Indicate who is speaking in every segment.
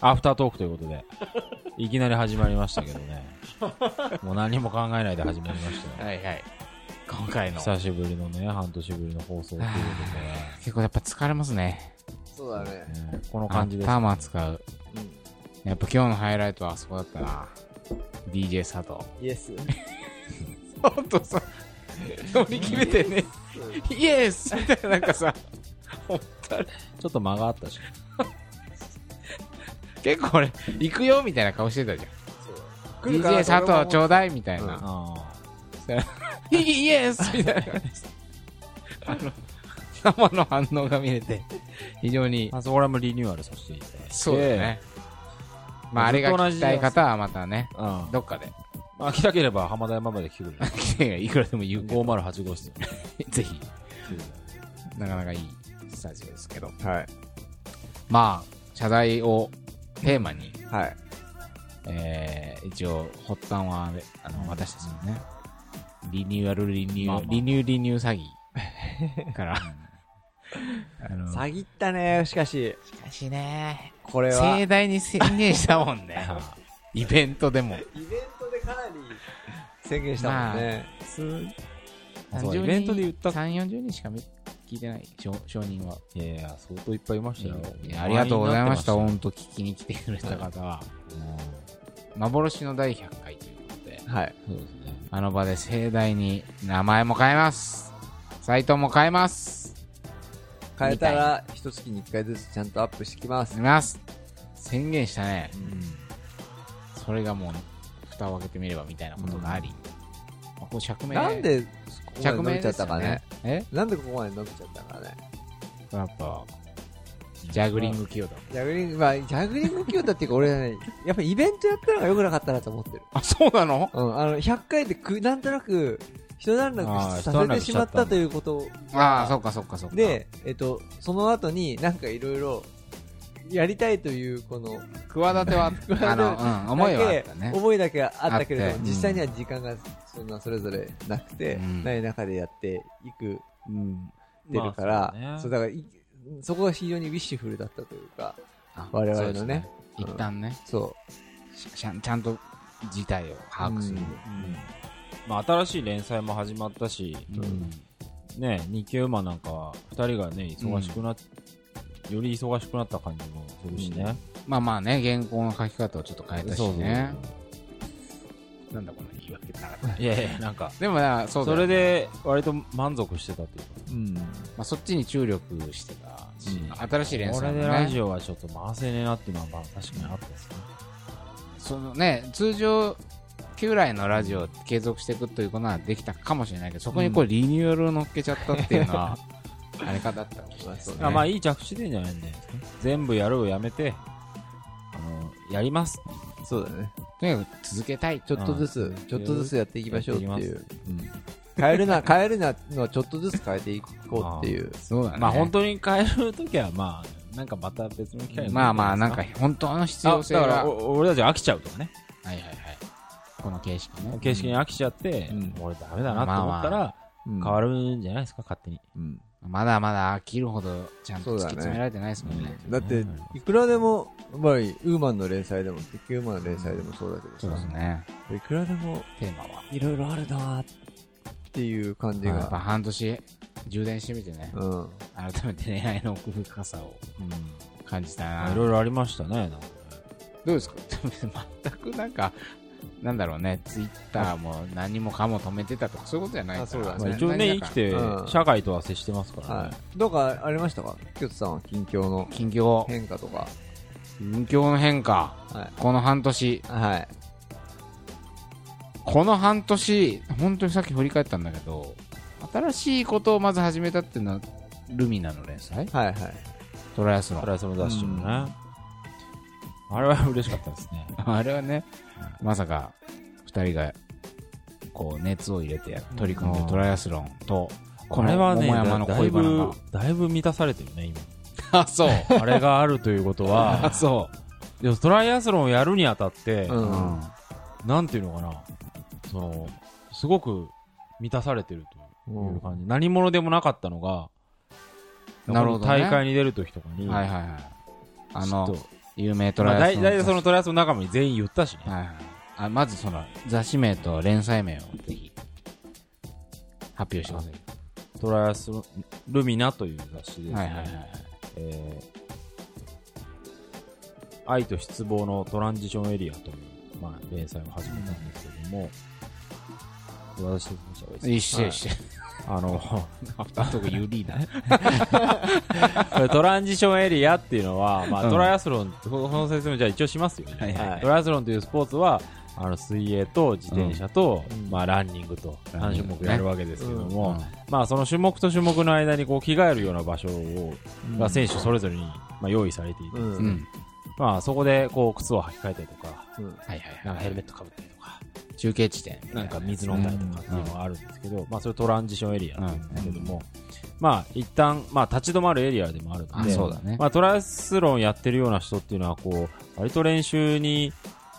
Speaker 1: アフタートークということで、いきなり始まりましたけどね。もう何も考えないで始まりましたよ。
Speaker 2: はいはい。今回の。
Speaker 1: 久しぶりのね、半年ぶりの放送というこ
Speaker 2: 結構やっぱ疲れますね。
Speaker 3: そうだね
Speaker 1: と。で、ね、この感じです。
Speaker 2: 頭使う。
Speaker 3: うん。
Speaker 2: やっぱ今日のハイライトはあそこだったな。DJ 佐藤。
Speaker 3: イエ ス。
Speaker 2: 佐藤さん、乗り切れてね。イエスみたいな、なんかさ、
Speaker 1: ちょっと間があったし。
Speaker 2: 結構俺、行くよみたいな顔してたじゃん。DJ 佐藤ちょうだいみたいな。
Speaker 1: あ
Speaker 2: イエスみたいな感じであの、生の反応が見れて、非常に
Speaker 1: ー、あそこらもリニューアルさせていただいて。
Speaker 2: そうだね。まあ、あ
Speaker 1: ず
Speaker 2: れ
Speaker 1: っと同
Speaker 2: が聞
Speaker 1: じ
Speaker 2: きたい方はまたね、
Speaker 1: うん。ま
Speaker 2: どっかで、
Speaker 1: あ、来たければ浜田山まで来てく れる。
Speaker 2: いくらでも言う けど、
Speaker 1: 508号室。
Speaker 2: ぜひ、なかなかいいスタジオですけど、
Speaker 3: はい。
Speaker 2: まあ、謝罪をテーマに、
Speaker 3: はい。
Speaker 2: えー、一応、発端は、あの、私たちのね、リニューアルリニュー、
Speaker 1: まあまあ
Speaker 2: リニューリニュー詐 欺から、あの、
Speaker 3: 詐欺ったね、しかし。
Speaker 2: しかしね、
Speaker 3: これは。イ
Speaker 2: 盛大に宣言したもんね、イベントでも。
Speaker 3: ベントでかなり宣言したもんね。
Speaker 1: あそうイベントで言った
Speaker 2: 3、40人しか見聞いてない、承承認は。
Speaker 1: いやいや、相当いっぱいいましたよ。
Speaker 2: いやありがとうございました、
Speaker 1: 満員に
Speaker 2: 本当聞きに来てくれた
Speaker 1: なって
Speaker 2: 方は。
Speaker 1: ましたよ
Speaker 2: 幻の第100回ということで、
Speaker 3: はい。
Speaker 1: うんそうですね。
Speaker 2: あの場で盛大に名前も変えます。サイトも変えます。
Speaker 3: 変えたら、一月に一回ずつちゃんとアップしてきます
Speaker 2: 変え。ます。宣言したね。それがもう、蓋を開けてみればみたいなことがあり。あこれ釈明
Speaker 3: なんで、ここまで
Speaker 2: 釈
Speaker 3: 伸
Speaker 2: 明
Speaker 3: びちゃ
Speaker 2: で
Speaker 3: っ
Speaker 2: すよ
Speaker 3: たかね。
Speaker 2: え
Speaker 3: なんでここまで伸びちゃったかね。
Speaker 2: やっぱ、ジャグリング器用だ。
Speaker 3: ジャグリング、まあ、ジャグリング級だっていうか、俺はね、 やっぱイベントやったのが良くなかったなと思ってる。
Speaker 2: あ、そうなの
Speaker 3: うん、あの、100回でく、なんとなく、一段落
Speaker 1: あー
Speaker 3: させ
Speaker 1: 一
Speaker 3: てしまっ
Speaker 1: 段落しちゃった
Speaker 3: たということ
Speaker 2: ああ、そっかそっかそっか。
Speaker 3: で、えっと、その後になんかいろいろやりたいという、この、
Speaker 2: 企ては、 あの、うん、思いはあったね。
Speaker 3: 思いだけはあったけれ
Speaker 2: あっ
Speaker 3: ど
Speaker 2: て
Speaker 3: も、実際には時間がそんなそれぞれなくて、
Speaker 2: うん
Speaker 3: ない中でやっていく、うん、出るか
Speaker 1: まあ
Speaker 3: ら、
Speaker 1: そうだね
Speaker 3: そうだからいそこが非常にウィッシュフルだったというか、
Speaker 2: あ
Speaker 3: 我々のね
Speaker 2: そうです
Speaker 3: うん
Speaker 2: 一旦ね、
Speaker 3: そ
Speaker 2: しちゃんちゃんと事態を把握する。
Speaker 3: う
Speaker 1: まあ、新しい連載も始まったし、
Speaker 2: うん
Speaker 1: ね、日経馬なんかは2人がね、忙しくなっ、より忙しくなった感じもするしね。
Speaker 2: まあまあね、原稿の書き方をちょっと変えたしね。
Speaker 1: そう
Speaker 2: なんだこの言い訳なかった。
Speaker 1: そういやいや、なんか、
Speaker 2: でもな、そう
Speaker 1: そ
Speaker 2: だよ
Speaker 1: れで割と満足してたっていうか。
Speaker 3: う。うん。
Speaker 2: まあそっちに注力してたし
Speaker 1: うん、
Speaker 2: 新しい連載
Speaker 1: こ
Speaker 2: も
Speaker 1: れでラ
Speaker 2: ね
Speaker 1: ジ。オはちょっと回せねえなっていうのはまあ確かにあったですね。
Speaker 2: そのね、通常、旧来のラジオを継続していくということはできたかもしれないけど、そこにこうリニューアルを乗っけちゃったっていう のは、あれかだったかもしれないですね。
Speaker 1: あまあいい着地点じゃないんですかね。全部やるをやめて、あの、やりますって
Speaker 3: そうだね。
Speaker 2: とにかく続けたい。
Speaker 3: ちょっとずつ、ちょっとずつやっていきましょうって
Speaker 1: やっ
Speaker 3: い
Speaker 1: ていき
Speaker 3: う。うん変えるな、変えるなのはちょっとずつ変えていこうっていう。
Speaker 2: そうだね。
Speaker 1: まあ本当に変えるときはまあ、なんかまた別の機会に
Speaker 2: まあまあ、なんか、本当の必要性
Speaker 1: あ
Speaker 2: が。
Speaker 1: だか
Speaker 2: は
Speaker 1: ら
Speaker 2: い
Speaker 1: お俺たちが飽きちゃうとかね。
Speaker 2: はいはい。この形式ね。
Speaker 1: 形式に飽きちゃって、
Speaker 3: うん
Speaker 1: もう俺ダメだなと思ったら、
Speaker 2: ま
Speaker 3: 変
Speaker 1: 変わるんじゃないですか、勝手に。
Speaker 3: うん。
Speaker 2: まだまだ飽きるほどちゃんと突き
Speaker 3: そうだね
Speaker 2: 詰められてないですもんね。
Speaker 3: だって
Speaker 1: うん、
Speaker 3: いくらでも、まあ、ウーマンの連載でも、テックウーマンの連載でもそうだけど
Speaker 2: そうです
Speaker 3: さ、
Speaker 2: ね。
Speaker 3: いくらでも、
Speaker 2: テーマは。
Speaker 3: いろいろあるなっていう感じ
Speaker 2: まあやっぱ
Speaker 3: が。
Speaker 2: 半年充電してみてね、
Speaker 3: うん。
Speaker 2: 改めて恋愛の奥深さを感じた
Speaker 1: まあ
Speaker 2: な。
Speaker 1: い
Speaker 2: ど
Speaker 1: ろいろありましたね、なんかね
Speaker 2: うですか全くなんか、なんだろうね、ツイッターも何もかも止めてたとか、そういうことじゃないから。
Speaker 3: あそうだね
Speaker 1: まあ
Speaker 2: んなに
Speaker 1: 一応ね、
Speaker 2: なん
Speaker 1: 生
Speaker 2: か
Speaker 1: きて
Speaker 3: う、ん
Speaker 1: 社会とは接してますから
Speaker 3: は
Speaker 1: ね。
Speaker 3: い。どうかありましたかキョトさんは近況の
Speaker 2: 近況、
Speaker 3: 変化とか。
Speaker 2: 近況の変化、
Speaker 3: は
Speaker 2: この半年、
Speaker 3: い。はい。
Speaker 2: この半年、本当にさっき振り返ったんだけど、新しいことをまず始めたっていうのは、ルミナの連載
Speaker 3: はいはい。
Speaker 2: トライアスロ
Speaker 1: プ
Speaker 2: ン。
Speaker 1: ライスの雑誌もね。あれは嬉しかったですね。
Speaker 2: あれはね、まさか、二人が、こう、熱を入れて取り組んで
Speaker 1: うん
Speaker 2: トライアスロンと、
Speaker 1: これはね、
Speaker 2: 桃山の
Speaker 1: だい
Speaker 2: 恋バナ
Speaker 1: ぶ
Speaker 2: が。、
Speaker 1: だいぶ満たされてるね、今。
Speaker 2: あ、そう。
Speaker 1: あれがあるということ
Speaker 2: あ、
Speaker 1: は、
Speaker 2: そ
Speaker 1: でもトライアスロンをやるにあたって、
Speaker 3: う。
Speaker 2: う。うんん。
Speaker 1: なんていうのかな、その、すごく満たされてるという感じ。何者でもなかったのが、
Speaker 2: なるほどね
Speaker 1: 大会に出るときとかに、
Speaker 2: はいはいはい。あ
Speaker 1: ちょっ
Speaker 2: の、
Speaker 1: と
Speaker 2: 有名ト
Speaker 1: まあ、
Speaker 2: ライア
Speaker 1: 大体
Speaker 2: スロン
Speaker 1: そのトライアスロン仲間に全員言ったしね。
Speaker 2: はいはいあまずその雑誌名と連載名をぜひ発表してください。
Speaker 1: トライアスロン、ルミナという雑誌ですね。
Speaker 2: はいはいはいはい。
Speaker 1: えー愛と失望のトランジションエリアという、まあ、連載を始めたんですけども、私と申し訳ない
Speaker 2: 一緒一緒。
Speaker 1: あの、
Speaker 2: アフタートーク有利だ。
Speaker 1: これトランジションエリアっていうのは、ま
Speaker 2: う
Speaker 1: あ、
Speaker 2: ん
Speaker 1: トライアスロン、ここの説明じゃあ一応しますよね。
Speaker 2: はいはいはい
Speaker 1: トライアスロンというスポーツは、あの水泳と自転車と、
Speaker 3: うん
Speaker 1: まあ、ランニングと
Speaker 2: ラ
Speaker 1: 3
Speaker 2: ンニン
Speaker 1: 種
Speaker 2: グ
Speaker 1: 目やるわけですけども、
Speaker 2: うん
Speaker 1: まあ、その種目と種目の間にこう着替えるような場所を、が選手それぞれに、まあ、用意されていて、
Speaker 3: うん。う。
Speaker 2: うんん。
Speaker 1: まあ、そこでこう靴を履き替えたりとか、
Speaker 2: はいはいはい。
Speaker 1: なんかヘルメットかぶったりとか、
Speaker 2: 中継地点。
Speaker 1: なんか水飲んだりとかっていうのがあるんですけど、まあそれトランジションエリアなんですけども、まあ一旦、まあ立ち止まるエリアでもあるの
Speaker 2: あ、
Speaker 1: で、
Speaker 2: そうだね。
Speaker 1: まあトライアスロンやってるような人っていうのは、こう、割と練習に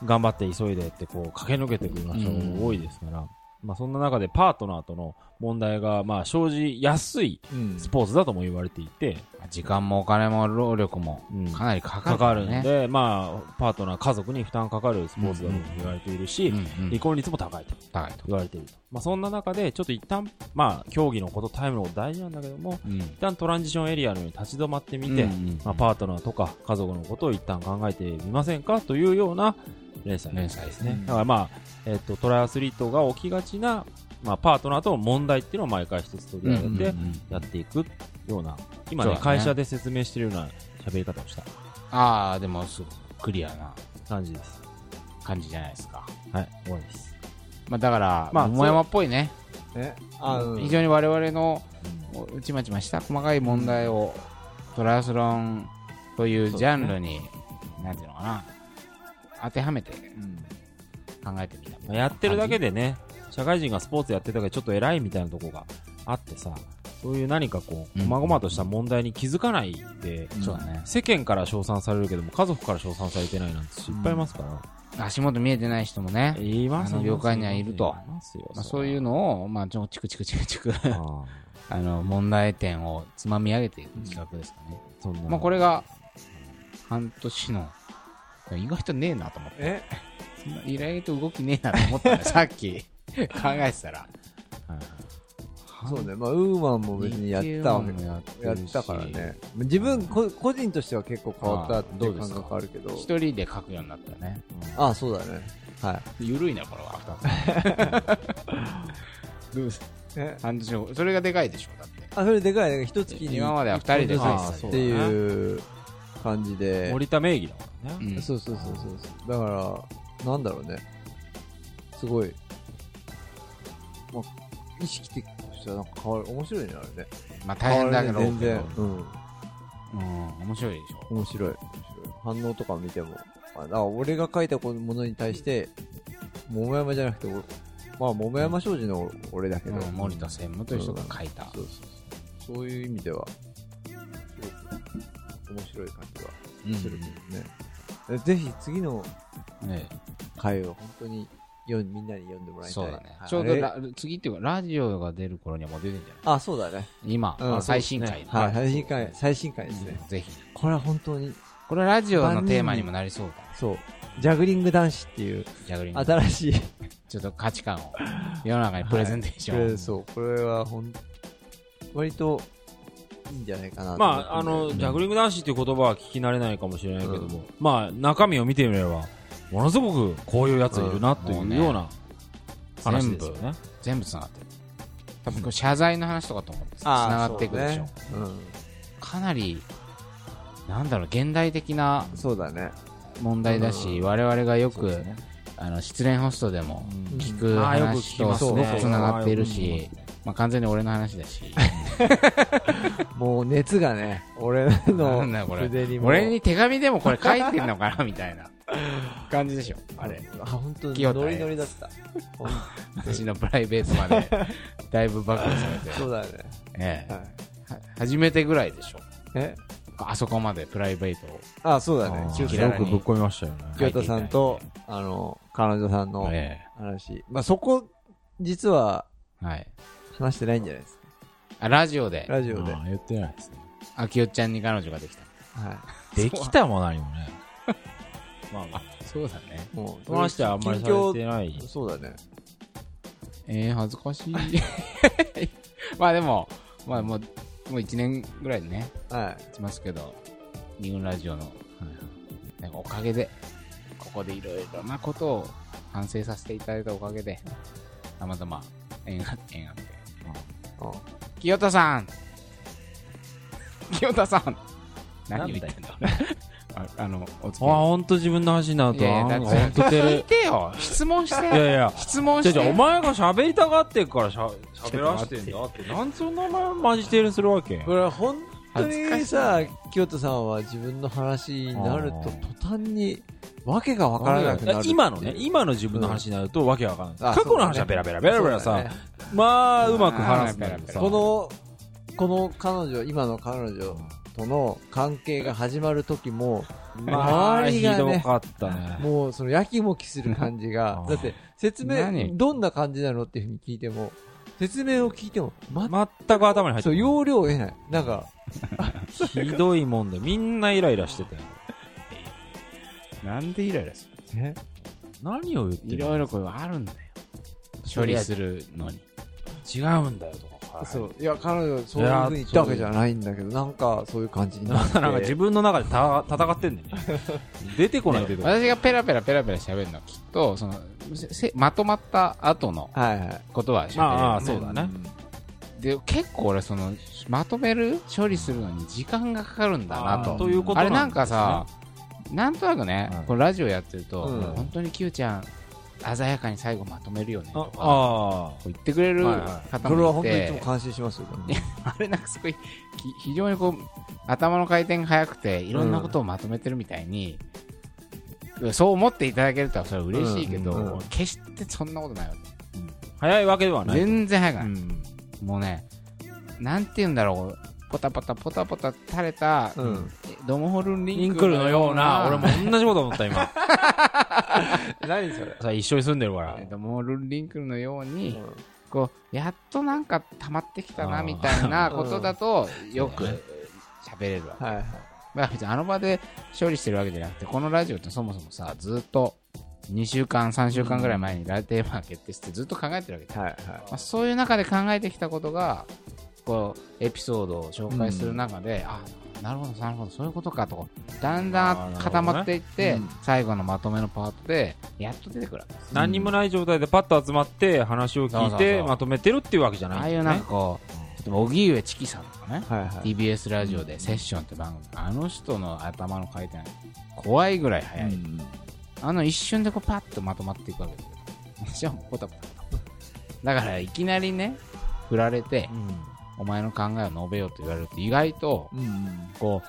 Speaker 1: 頑張って急いでって、こう駆け抜けてくるような人が多いですから、まあそんな中でパートナーとの問題が、まあ生じやすい
Speaker 3: うん
Speaker 1: スポーツだとも言われていて、
Speaker 2: 時間もお金も労力も
Speaker 1: うん
Speaker 2: かなりかか
Speaker 1: か
Speaker 2: る
Speaker 1: からるん
Speaker 2: ね。
Speaker 1: で、まあパートナー、家族に負担かかるスポーツだとも言われているし、
Speaker 2: うんうん
Speaker 1: 離婚率も高いと。
Speaker 2: 高いと。
Speaker 1: 言われていると。まあ、そんな中で、ちょっと一旦、まあ、競技のこと、タイムのこと大事なんだけども、
Speaker 2: うん。
Speaker 1: 一旦トランジションエリアのように立ち止まってみて、まあ、パートナーとか家族のことを一旦考えてみませんかというような連載
Speaker 2: 連
Speaker 1: です
Speaker 2: 載です
Speaker 1: ね。
Speaker 2: ね。
Speaker 1: だからまあ、えっと、トライアスリートが起きがちな、まあ、パートナーとの問題っていうのを毎回一つ取り上げて、やっていくような、今
Speaker 2: そう
Speaker 1: ね
Speaker 2: だ、ね
Speaker 1: 会社で説明してるような喋り方をした
Speaker 2: ああ、でもすごくクリアな
Speaker 1: 感じです。
Speaker 2: 感じじゃないですか。
Speaker 1: はい、終わりです。
Speaker 2: まあだから、
Speaker 1: まあ
Speaker 2: 桃山っぽいね。
Speaker 3: ね。あ、うん
Speaker 2: 非常に我々のちまちました細かい問題をトライアスロンというジャンルに、なんていうのかな、当てはめて
Speaker 3: うん
Speaker 2: 考えてみたみたいな感じ。
Speaker 1: まあやってるだけでね、社会人がスポーツやってたけどちょっと偉いみたいなとこがあってさ、そういう何かこう、
Speaker 2: うん
Speaker 1: 細々とした問題に気づかないで、
Speaker 3: ん
Speaker 2: そうだね。
Speaker 1: 世間から称賛されるけども、家族から称賛されてないなんていっぱいいますから。
Speaker 2: 足元見えてない人もね、
Speaker 1: います
Speaker 2: あの業界にはいると
Speaker 1: いますよ。
Speaker 2: まあ、そういう
Speaker 1: の。
Speaker 2: のを、まあ、ちょチクチクチクチク
Speaker 1: あ
Speaker 2: あの問題点をつまみ上げていく企画ですかね、
Speaker 1: ーそんな
Speaker 2: まあ、これが半年の意外とねえなと思って
Speaker 3: え
Speaker 2: そんな意外と動きねえなと思 ったねさっき考えてたら
Speaker 1: はいはい
Speaker 3: そうね。まあ、ウーマンも別にやったわけ
Speaker 2: 日経
Speaker 3: や
Speaker 2: も
Speaker 3: や
Speaker 2: る
Speaker 3: っ
Speaker 2: した
Speaker 3: からね。自分、こ個人としては結構変わったっていう感覚あるけど。
Speaker 2: 一人で書くようになったね
Speaker 3: あ、そうだね。は
Speaker 2: ゆるいなこれは
Speaker 3: い。どうですえ
Speaker 2: 半年後それがでかいでしょだって
Speaker 3: あ、それでかいね。一月に。
Speaker 2: 今までは二人で書い
Speaker 1: あー
Speaker 2: て
Speaker 1: そ
Speaker 2: た
Speaker 1: う
Speaker 3: っ
Speaker 2: けど
Speaker 3: ていう感じで。
Speaker 1: 森田名義だからね。
Speaker 2: うん
Speaker 3: そうそうそうそうそう。だから、なんだろうね。すごい。まあ、意識的としてはなんか変わる。面白いね、あれね。
Speaker 2: まあ大変だけど
Speaker 3: 変わるね全然。う
Speaker 2: う
Speaker 3: ん。
Speaker 2: ん面白いでしょ
Speaker 3: 面白い。面白い反応とか見ても。あだから俺が書いたこのものに対して、桃山じゃなくて、おまあ、桃山商事の俺だけど。
Speaker 2: うん森田専務という人が書いた
Speaker 3: そうそうそう。そういう意味では、すごく面白い感じは
Speaker 2: うん
Speaker 3: するけどね。えぜひ次の
Speaker 2: ね
Speaker 3: 回を本当に読んみんなに読んでもらいたい。
Speaker 2: そうだね
Speaker 3: は。い
Speaker 2: ちょうど
Speaker 3: あれ
Speaker 2: ラ次っていうか、ラジオが出る頃にはもう出てんじゃない
Speaker 3: あ、そうだね。
Speaker 2: 今、
Speaker 3: うん
Speaker 2: 最新回。
Speaker 3: はい、最新回、最新回ですね。
Speaker 2: ぜひ。
Speaker 3: これは本当に、
Speaker 2: これラジオのテーマにもなりそうだね。
Speaker 3: そう、ジャグリング男子っていう
Speaker 2: ジャグリング。
Speaker 3: 新しい、
Speaker 2: ちょっと価値観を世の中にプレゼンテーシ
Speaker 3: これ
Speaker 2: ョン。
Speaker 3: そう、これはほん、割といいんじゃないかなと
Speaker 1: ま
Speaker 3: 思って
Speaker 1: あ、あの、ジャグリング男子っていう言葉は聞き慣れないかもしれないけども、まあ、中身を見てみれば、ものすごくこういうやつがいるなとい
Speaker 2: うんもう
Speaker 1: う
Speaker 2: ね
Speaker 1: ような話
Speaker 2: 全
Speaker 1: ですよ
Speaker 2: 部、
Speaker 1: ね。
Speaker 2: 全部繋がってる。多分これ謝罪の話とかと思って繋
Speaker 3: あー
Speaker 2: がっていくでしょ。
Speaker 3: そうね
Speaker 2: かなり、なんだろう、現代的な
Speaker 3: うん、そうだね。
Speaker 2: 問題だし、我々がよ
Speaker 1: そうです
Speaker 2: く、
Speaker 1: ね
Speaker 2: あの、失恋ホストでも
Speaker 1: うん
Speaker 2: 聞く
Speaker 1: あーよく
Speaker 2: 話
Speaker 1: 聞き
Speaker 2: と
Speaker 1: ますす
Speaker 2: ごく
Speaker 1: ね
Speaker 2: 繋がっている
Speaker 1: はい
Speaker 2: し、まあ完全に俺の話だし。
Speaker 3: もう熱がね、俺
Speaker 2: な
Speaker 3: の
Speaker 2: んだよこれ
Speaker 3: 筆にも。
Speaker 2: 俺に手紙でもこれ書いてんのかなみた いな感じでしょあれ
Speaker 3: あ、本当に
Speaker 2: 清田
Speaker 3: ノリノリだった。ほん
Speaker 2: 私のプライベートまで だいぶ暴露されて、
Speaker 3: そうだね。
Speaker 2: ええ
Speaker 3: はい。
Speaker 2: は初めてぐらいでしょ
Speaker 3: え
Speaker 2: あそこまでプライベートを
Speaker 3: あ、そうだね
Speaker 1: あ。ー
Speaker 3: 清田
Speaker 2: 平
Speaker 1: よ
Speaker 2: らに
Speaker 1: くぶっ込みましたよね。
Speaker 3: 清田さんと、あの、彼女さんの
Speaker 2: え
Speaker 3: 話。まあ、そこ、実は
Speaker 2: えはい
Speaker 3: 話してないんじゃないですか。
Speaker 2: あラジオで
Speaker 3: ラジオで。は
Speaker 1: あー言ってないですね。
Speaker 2: あきおちゃんに彼女ができた
Speaker 3: い。
Speaker 1: できたも何もね。 まあまあ、
Speaker 2: そうだね。
Speaker 3: もう
Speaker 1: その話はあんまりされてない。
Speaker 3: そうだね。
Speaker 2: えー、恥ずかしい。 まあでも、まあもう、もう1年ぐらいでね、
Speaker 3: は
Speaker 2: やってますけど、二軍ラジオの、なんかおかげで、ここでいろいろなことを反省させていただいたおかげで、たまたま縁が、縁があって。
Speaker 3: い。うん
Speaker 2: 清田さん清田さん何を言ってんだああの、お
Speaker 1: あ、
Speaker 2: 付き合い。
Speaker 1: ほんと自分の話になる
Speaker 2: い
Speaker 1: と、
Speaker 2: やいや
Speaker 1: あ
Speaker 2: だ
Speaker 1: ん
Speaker 2: か
Speaker 1: ほ
Speaker 2: ら
Speaker 1: んと照
Speaker 2: 聞い
Speaker 1: れ。
Speaker 2: てよ質問し
Speaker 1: いや
Speaker 2: て
Speaker 1: いや、
Speaker 2: 質問
Speaker 1: じゃ
Speaker 2: し
Speaker 1: あじ
Speaker 2: て
Speaker 1: ゃあお前が喋りたがってっからしゃ喋らしてんだって、なんでそんなお前マジテールするわけ
Speaker 3: これは本当にさ
Speaker 2: 恥ず、
Speaker 3: 清田さんは自分の話になると途端に訳がわからなくなる。
Speaker 1: 今のね、今の自分の話になるとわけわかんない。
Speaker 3: あ
Speaker 1: 過去の話はベラベラベラベラ
Speaker 3: そう
Speaker 1: さ
Speaker 3: だ、ね
Speaker 1: まあ、うまく話すんだけど
Speaker 2: まあ
Speaker 1: さ。
Speaker 3: この、この彼女、今の彼女との関係が始まる時も、
Speaker 1: まあ、
Speaker 3: 周り
Speaker 1: ひ
Speaker 3: が
Speaker 1: ど
Speaker 3: ね、
Speaker 1: かったね。
Speaker 3: もうそのやきもきする感じが
Speaker 1: あ、ー
Speaker 3: だって説明、
Speaker 2: 何
Speaker 3: どんな感じなのっていうふうに聞いても、説明を聞いても、ま、
Speaker 1: 全く頭に入って
Speaker 3: そう、
Speaker 1: こ
Speaker 3: 要領を得ない。なんか、
Speaker 1: ない。ひどいもんで、みんなイライラしてて。
Speaker 2: なんでイライラする
Speaker 3: ね
Speaker 1: 何を言って
Speaker 2: い
Speaker 1: る
Speaker 2: ろいろこれあるんだよ。処理するのに。
Speaker 1: 違うんだよとか。
Speaker 3: そう、いや、彼女、そういうふうに言ったわけじゃないんだけど、なんか、そういう感じにな
Speaker 1: な
Speaker 3: っ
Speaker 1: ん
Speaker 3: て。
Speaker 1: か なんか自分の中でた戦ってんだよね。出てこない けど。
Speaker 2: 私がペラペラペラペラ喋るのはきっと、その、せせまとまった後の
Speaker 3: はいはい。
Speaker 2: ことは喋る。
Speaker 1: まあああそうだね
Speaker 2: で、結構俺、その、まとめる処理するのに時間がかかるんだな
Speaker 1: あー
Speaker 2: と。
Speaker 1: ということ
Speaker 2: あ
Speaker 1: なんで
Speaker 2: れ
Speaker 1: すね
Speaker 2: なんかさ、なんとなくね
Speaker 1: はい、
Speaker 2: このラジオやってると、
Speaker 3: うん
Speaker 2: 本当に Q ちゃん、鮮やかに最後まとめるよね、と
Speaker 1: あ
Speaker 2: か、こ
Speaker 1: あ
Speaker 2: う言ってくれる
Speaker 1: はいはい
Speaker 2: 方
Speaker 3: これ
Speaker 2: もい
Speaker 3: は本当にい
Speaker 2: て
Speaker 3: つも、感心しますよ。
Speaker 2: あれなんかすごい、き非常にこう、頭の回転が速くて、いろんなことをまとめてるみたいに、そう思っていただけるとはそれは嬉しいけど、
Speaker 3: うんうんうん
Speaker 2: 決してそんなことないわ
Speaker 1: 早いわけでは
Speaker 2: け。
Speaker 1: ない。
Speaker 2: 全然速くない。
Speaker 1: うん
Speaker 2: もうね、なんて言うんだろう、ポタポタポタポタ垂れた、
Speaker 3: うん。
Speaker 2: ドムホルン
Speaker 1: リ
Speaker 2: リ
Speaker 1: ン
Speaker 2: ン
Speaker 1: ク
Speaker 2: ク
Speaker 1: ルのような、俺
Speaker 2: 俺も。
Speaker 1: も同じこと思った今。
Speaker 3: 何それ
Speaker 1: さ一緒に住んでるから。
Speaker 2: ドムホルンリンクルのように、こう、やっとなんか溜まってきた
Speaker 1: あ
Speaker 2: な、
Speaker 1: ー
Speaker 2: みたいなことだと、よく
Speaker 1: そうだ
Speaker 2: 喋れるわけ。
Speaker 3: はいはい。
Speaker 2: まあ別にあの場で勝利してるわけじゃなくて、このラジオってそもそもさ、ずっと2週間、3週間ぐらい前にラテーマ決定してずっと考えてるわけだ。
Speaker 3: はいはい。
Speaker 2: まあ、そういう中で考えてきたことが、こう、エピソードを紹介する中で、あ、なるほど、なるほど、そういうことかとか、だんだん固まっていって、
Speaker 3: なるほどね
Speaker 2: 最後のまとめのパートで、やっと出てくるわけです。
Speaker 1: 何にもない状態でパッと集まって話を
Speaker 2: そ
Speaker 1: 聞
Speaker 2: うそ
Speaker 1: いう
Speaker 2: そ
Speaker 1: て
Speaker 2: う
Speaker 1: まとめてるっていうわけじゃない
Speaker 2: あ
Speaker 1: ん
Speaker 2: あ
Speaker 1: だ
Speaker 2: い
Speaker 1: よ
Speaker 2: う
Speaker 1: ね
Speaker 2: なんかこう、例えば、荻上チキさんとかね、
Speaker 3: はいはい。
Speaker 2: TBS ラジオでセッションって番組、あの人の頭の回転、怖いぐらい早い。あの一瞬でこうパッとまとまっていくわけだけど、 私はもうポタポタポタ。だからいきなりね、振られて、お前の考えを述べようと言われると意外と、
Speaker 3: うん。
Speaker 2: こ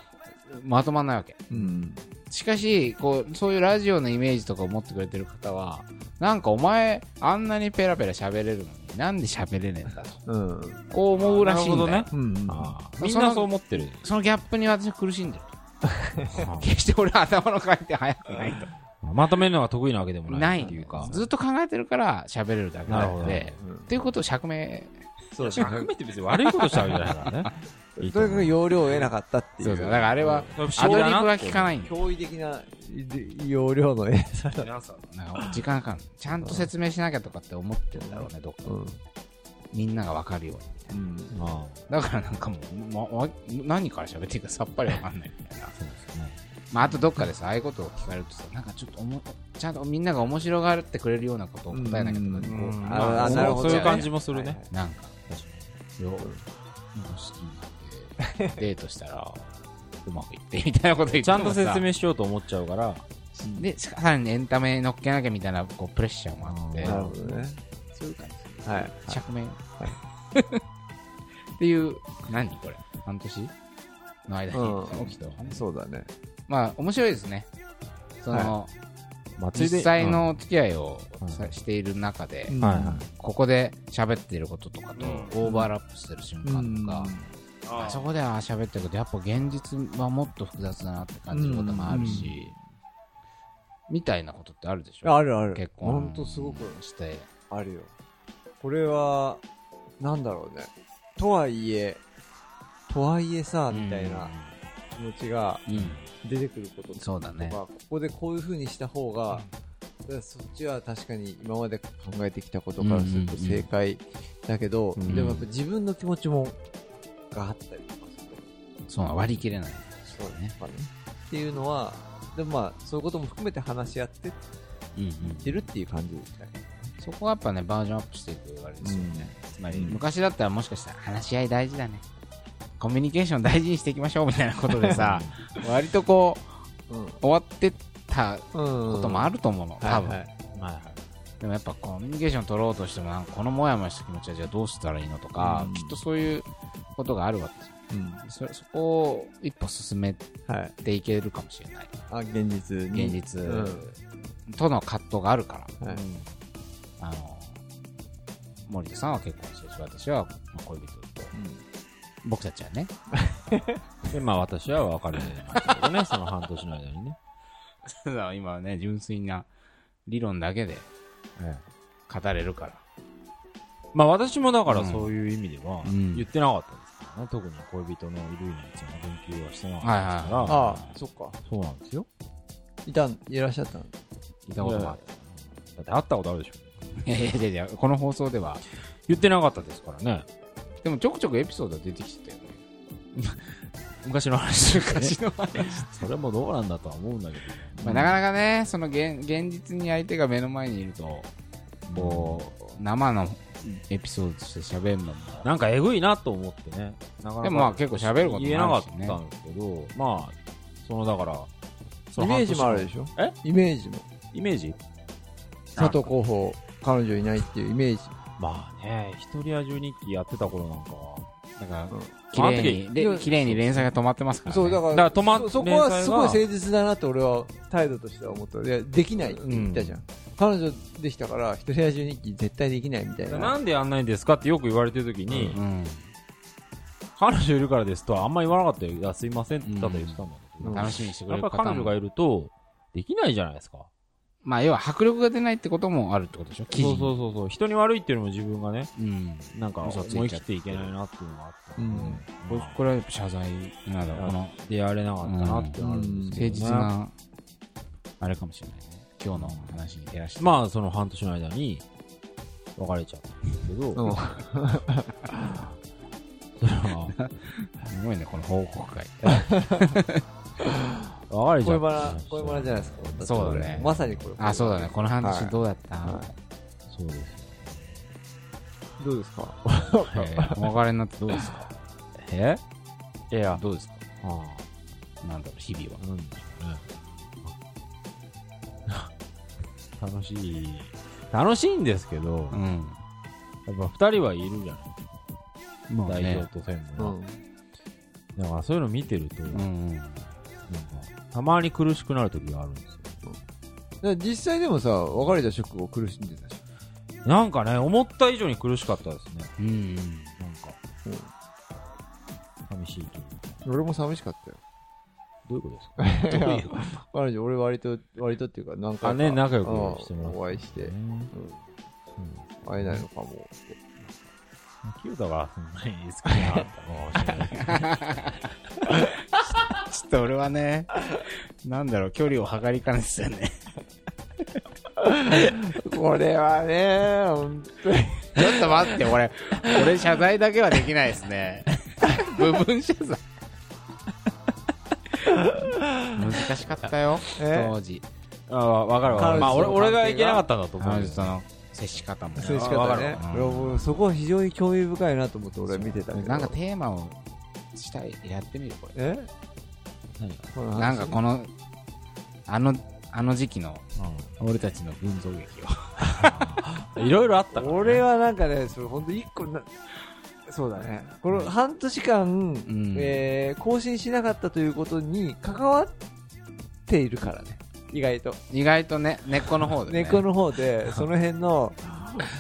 Speaker 2: う、まとまんないわけ。
Speaker 3: うん。
Speaker 2: しかし、こう、そういうラジオのイメージとかを持ってくれてる方は、なんかお前、あんなにペラペラ喋れるのに、なんで喋れねえんだと。
Speaker 3: うん。
Speaker 2: こう思うらしいんだよ。
Speaker 1: なるほどね
Speaker 3: うん。
Speaker 1: ああ
Speaker 2: うん
Speaker 1: みんなそう思ってる。
Speaker 2: そのギャップに私は苦しんでる と。決して俺は頭の回転速くないと。
Speaker 1: まとめるのが得意なわけでも
Speaker 2: な
Speaker 1: ない
Speaker 2: い
Speaker 1: っていうか。
Speaker 2: ずっと考えてるから喋れるだけなの
Speaker 1: なる
Speaker 2: で、っていうことを釈明
Speaker 3: そうです
Speaker 1: 含めて別に悪いことしたわけじゃないからね。いい
Speaker 3: と
Speaker 1: 思
Speaker 3: にかく容量を得なかったってい。
Speaker 2: そううそうだからあれは
Speaker 1: う
Speaker 2: アドリブは聞かないんだよ
Speaker 3: 驚異的な容量の得さだ。
Speaker 2: なんか時間かかるちゃんと説明しなきゃとかって思ってるんだろうねどっか
Speaker 3: うん。
Speaker 2: みんなが分かるように
Speaker 3: うん。
Speaker 1: あ
Speaker 2: だからなんかもう、まわ何から喋っていいかさっぱり分かんないみたいな
Speaker 1: あ、そうですね。
Speaker 2: まあ、あとどっかでさああいうことを聞かれるとさなんかちょっとおもちゃんとみんなが面白がってくれるようなことを答えなきゃとかでこう、
Speaker 3: うん
Speaker 2: ま
Speaker 1: まあ
Speaker 3: あ
Speaker 1: そう
Speaker 3: なるほど
Speaker 1: そういう感じもする
Speaker 3: は
Speaker 1: ね
Speaker 3: いは。
Speaker 2: なんか
Speaker 1: 確か
Speaker 2: よなんか好きになってデートしたら うまくいってみたいなこと
Speaker 1: に
Speaker 2: 言っ
Speaker 1: ち
Speaker 2: て
Speaker 1: ゃ
Speaker 2: も
Speaker 1: ん
Speaker 2: さ
Speaker 1: と説明しようと思っちゃうから、
Speaker 2: でさらにエンタメに乗っけなきゃみたいなこうプレッシャーもあって
Speaker 1: うん
Speaker 3: なるほどね。
Speaker 2: そういう感じ
Speaker 3: はい。
Speaker 2: 釈明。っていう、何これ半年の間
Speaker 3: うん
Speaker 2: に起きたわ
Speaker 3: そうだね。
Speaker 2: まあ、面白いですね。その、
Speaker 1: まあついで
Speaker 2: 実際のお付き合いを
Speaker 1: うん
Speaker 2: さしている中で、
Speaker 1: うんはいは
Speaker 2: ここで喋ってることとかと
Speaker 1: うん
Speaker 2: オーバーラップしてる瞬
Speaker 3: う
Speaker 2: 間と
Speaker 3: ん。
Speaker 2: か、
Speaker 1: い。
Speaker 2: あそ
Speaker 1: あ
Speaker 2: こでは喋ってるけど、やっぱ現実はもっと複雑だなって感じることもあるし、みたいなことってあるでしょ
Speaker 3: あるある。
Speaker 2: 結
Speaker 3: ほ
Speaker 2: 婚
Speaker 3: んとすごく
Speaker 2: して。
Speaker 3: あるよ。これは、なんだろうね。とはいえ、とはいえさ、みたいな。気持ちが
Speaker 2: うん。
Speaker 3: 出てくることとか、
Speaker 2: そうだね。
Speaker 3: ここでこういう風にした方が、だからそっちは確かに今まで考えてきたことからすると
Speaker 2: うんうんうん
Speaker 3: 正解だけど、
Speaker 1: うん
Speaker 3: でもやっぱ自分の気持ちもがあったりとかする
Speaker 2: そう、割り切れない。
Speaker 3: そうねやっぱねっていうのはでもまあそういうことも含めて話し合ってっ
Speaker 2: うんうん。
Speaker 3: てるっていう感じだね
Speaker 2: そこはやっぱね、バージョンアップしていくあれですよね。つまり、
Speaker 3: うん
Speaker 2: 昔だったらもしかしたら話し合い大事だね。コミュニケーション大事にしていきましょうみたいなことでさ、割とこう、
Speaker 3: うん
Speaker 2: 終わってったこ
Speaker 3: こと
Speaker 2: もあ
Speaker 3: る
Speaker 2: ると思うの、多分。
Speaker 1: はいはい。
Speaker 2: でもやっぱコミュニケーション取ろうとしてもなんかこのモヤモヤした気持ちはじゃあどうしたらいいのとか、
Speaker 3: うん
Speaker 2: きっとそういうことがあるわけですよそそこを一歩進め
Speaker 3: はい。
Speaker 2: ていけるかもしれない
Speaker 3: あ、現実に。
Speaker 2: 現実
Speaker 3: うん
Speaker 2: との葛藤があるから、
Speaker 3: はい
Speaker 2: あの森田さんは結婚してるし私はまあ恋人と僕たちは ね
Speaker 1: で、まあ私は別れましたけどね、その半年の間にね。
Speaker 2: ただ今はね純粋な理論だけで語れるから
Speaker 1: まあ私もだからそういう意味では
Speaker 2: うん
Speaker 1: 言ってなかったですからね。特に恋人のいるいないちゃんの研究はしてなかったですから、
Speaker 2: はいはい
Speaker 3: ああ、そっか。
Speaker 1: そうなんですよ。
Speaker 3: いたん、いらっしゃったの
Speaker 2: 聞いたこともあっ
Speaker 1: だって会ったことあるでしょ。
Speaker 2: ていやいやいやこの放送では
Speaker 1: 言ってなかったですからね。
Speaker 2: でもちょくちょくエピソードは出てきてたよね
Speaker 1: 昔の話とかね。
Speaker 2: 昔の話
Speaker 1: それもどうなんだとは思うんだけど。
Speaker 2: まあ、なかなかね、その現現実に相手が目の前にいると、こう、生のエピソードとして喋るのも、
Speaker 1: なんかえぐいなと思ってね。なかなか
Speaker 2: でもまあ結構喋ることもあるしね
Speaker 1: 言えなかったんですけど、まあ、そのだから、その
Speaker 3: イ
Speaker 1: 半
Speaker 3: メー
Speaker 1: 年
Speaker 3: ジ
Speaker 1: の
Speaker 3: もあるでしょ
Speaker 1: え
Speaker 3: イメージも。
Speaker 1: イメージ
Speaker 3: 佐藤候補、彼女いないっていうイメージ。
Speaker 1: まあね、一人や十日記やってた頃なんかは、
Speaker 2: だから
Speaker 3: うん、
Speaker 2: 綺麗に、
Speaker 3: あの
Speaker 2: れ
Speaker 3: 時
Speaker 2: 綺麗に連載が止まってますから、ね。
Speaker 3: そう、だ
Speaker 2: ら。
Speaker 3: から、
Speaker 1: だから止まっ
Speaker 3: そそこ
Speaker 1: 連載
Speaker 3: は
Speaker 1: が
Speaker 3: すごい誠実だなって俺は態度としては思った。いや、できないって言ったじゃん。彼女できたから、一人や十日記絶対できないみたい
Speaker 1: な
Speaker 3: な。
Speaker 1: んでやんないんですかってよく言われてる時に、
Speaker 2: うん。
Speaker 1: 彼女いるからですとはあんま言わなかったよ。いやすいませんってただ言ってたんだけど、
Speaker 3: うん
Speaker 2: 楽しみにしてく
Speaker 1: や
Speaker 2: れ
Speaker 1: っ
Speaker 2: る
Speaker 1: ぱ
Speaker 2: 方も
Speaker 1: 彼女がいると、できないじゃないですか。
Speaker 2: まあ、要は迫力が出ないってこともあるってことでしょ記事
Speaker 1: そ
Speaker 2: に
Speaker 1: うそうそうそう。人に悪いっていうのも自分がね、
Speaker 2: うん。
Speaker 1: なんか
Speaker 2: 嘘
Speaker 1: 思
Speaker 2: ついちゃって
Speaker 1: い切っていけないなっていうのがあった。
Speaker 3: うん
Speaker 2: これ
Speaker 1: まあ
Speaker 2: これはやっぱ謝罪なんだろう、この
Speaker 1: でやれなかったなってのはあるんです
Speaker 2: 誠
Speaker 1: けど、ね
Speaker 2: 実な、あれかもしれないね。今日の話に照らして。
Speaker 1: まあその半年の間に別れちゃったんですけど、
Speaker 3: うん
Speaker 1: それは
Speaker 2: あ、すごいね、この報告会。
Speaker 1: 別れちゃ
Speaker 3: 恋
Speaker 1: った
Speaker 3: バ
Speaker 1: ん
Speaker 3: ラ
Speaker 1: です、よ
Speaker 3: 恋バラじゃないですか。
Speaker 2: そうだね
Speaker 3: まさにこれ。
Speaker 2: あ、そうだね。この話どうだった、
Speaker 3: は
Speaker 1: そうです
Speaker 3: どうですか
Speaker 2: えーお別れになってどうですか
Speaker 1: えいや
Speaker 2: どうですか
Speaker 1: あ
Speaker 2: なんだろう、日々は。
Speaker 1: あ、なんでしょうね。あ楽しい。楽しいんですけど、
Speaker 2: ん。
Speaker 1: やっぱ二人はいるじゃ
Speaker 2: ま
Speaker 1: ない、代。表と専
Speaker 3: う
Speaker 1: 務
Speaker 3: ん。
Speaker 1: だからそういうの見てると、
Speaker 2: う
Speaker 1: なんか、
Speaker 2: んうん。
Speaker 1: たまに苦しくなる時があるんですよ。
Speaker 3: だから実際でもさ、別れたショックを苦しんでたし。
Speaker 1: なんかね、思った以上に苦しかったですね。
Speaker 2: うん。
Speaker 1: なんか、寂しいというか。
Speaker 3: 俺も寂しかったよ。
Speaker 1: どういうことですかどういうこ
Speaker 3: 彼女、俺割と、割とっていうか、何回か。
Speaker 1: あね仲良く
Speaker 3: うん
Speaker 1: してもらって
Speaker 3: お会いして、
Speaker 1: と
Speaker 3: う
Speaker 1: ね
Speaker 3: ん、
Speaker 1: うん
Speaker 3: 会えないのかも。
Speaker 1: キュートがそんなに好きじゃなかったのかもしれない。
Speaker 2: ちょっと俺はね、なんだろう、距離を測りかねですよね。
Speaker 3: これはね、本当に。
Speaker 2: ちょっと待って、俺、俺謝罪だけはできないです ね。部分謝罪。難しかったよ、
Speaker 3: え
Speaker 2: 当時。
Speaker 1: ああ、わかるわか
Speaker 3: 彼女
Speaker 1: る。まあ、俺、
Speaker 3: の
Speaker 1: 俺が
Speaker 3: 関係が
Speaker 1: いけなかったんだと思う
Speaker 2: 彼
Speaker 1: よ。
Speaker 2: 女との接し方も。
Speaker 3: 接し
Speaker 1: わ
Speaker 3: 方
Speaker 1: か
Speaker 3: ね
Speaker 1: る。
Speaker 3: 俺はもうそこは非常に興味深いなと思って俺は見てたけど。
Speaker 2: なんかテーマをしたい、やってみる、これ。
Speaker 3: え
Speaker 1: 何が
Speaker 3: この
Speaker 2: なんかこの、あ
Speaker 3: 話
Speaker 2: の、あの時期の
Speaker 1: うん
Speaker 2: 俺たちの群像劇を。
Speaker 1: いろいろあったから、ね。
Speaker 3: 俺はなんかね、それ本当一個な、そうだね。この半年間、
Speaker 2: ん
Speaker 3: えー更新しなかったということに関わっているからね。意外と。
Speaker 2: 意外とね、根っこの方で、ね。
Speaker 3: 根っこの方で、その辺の、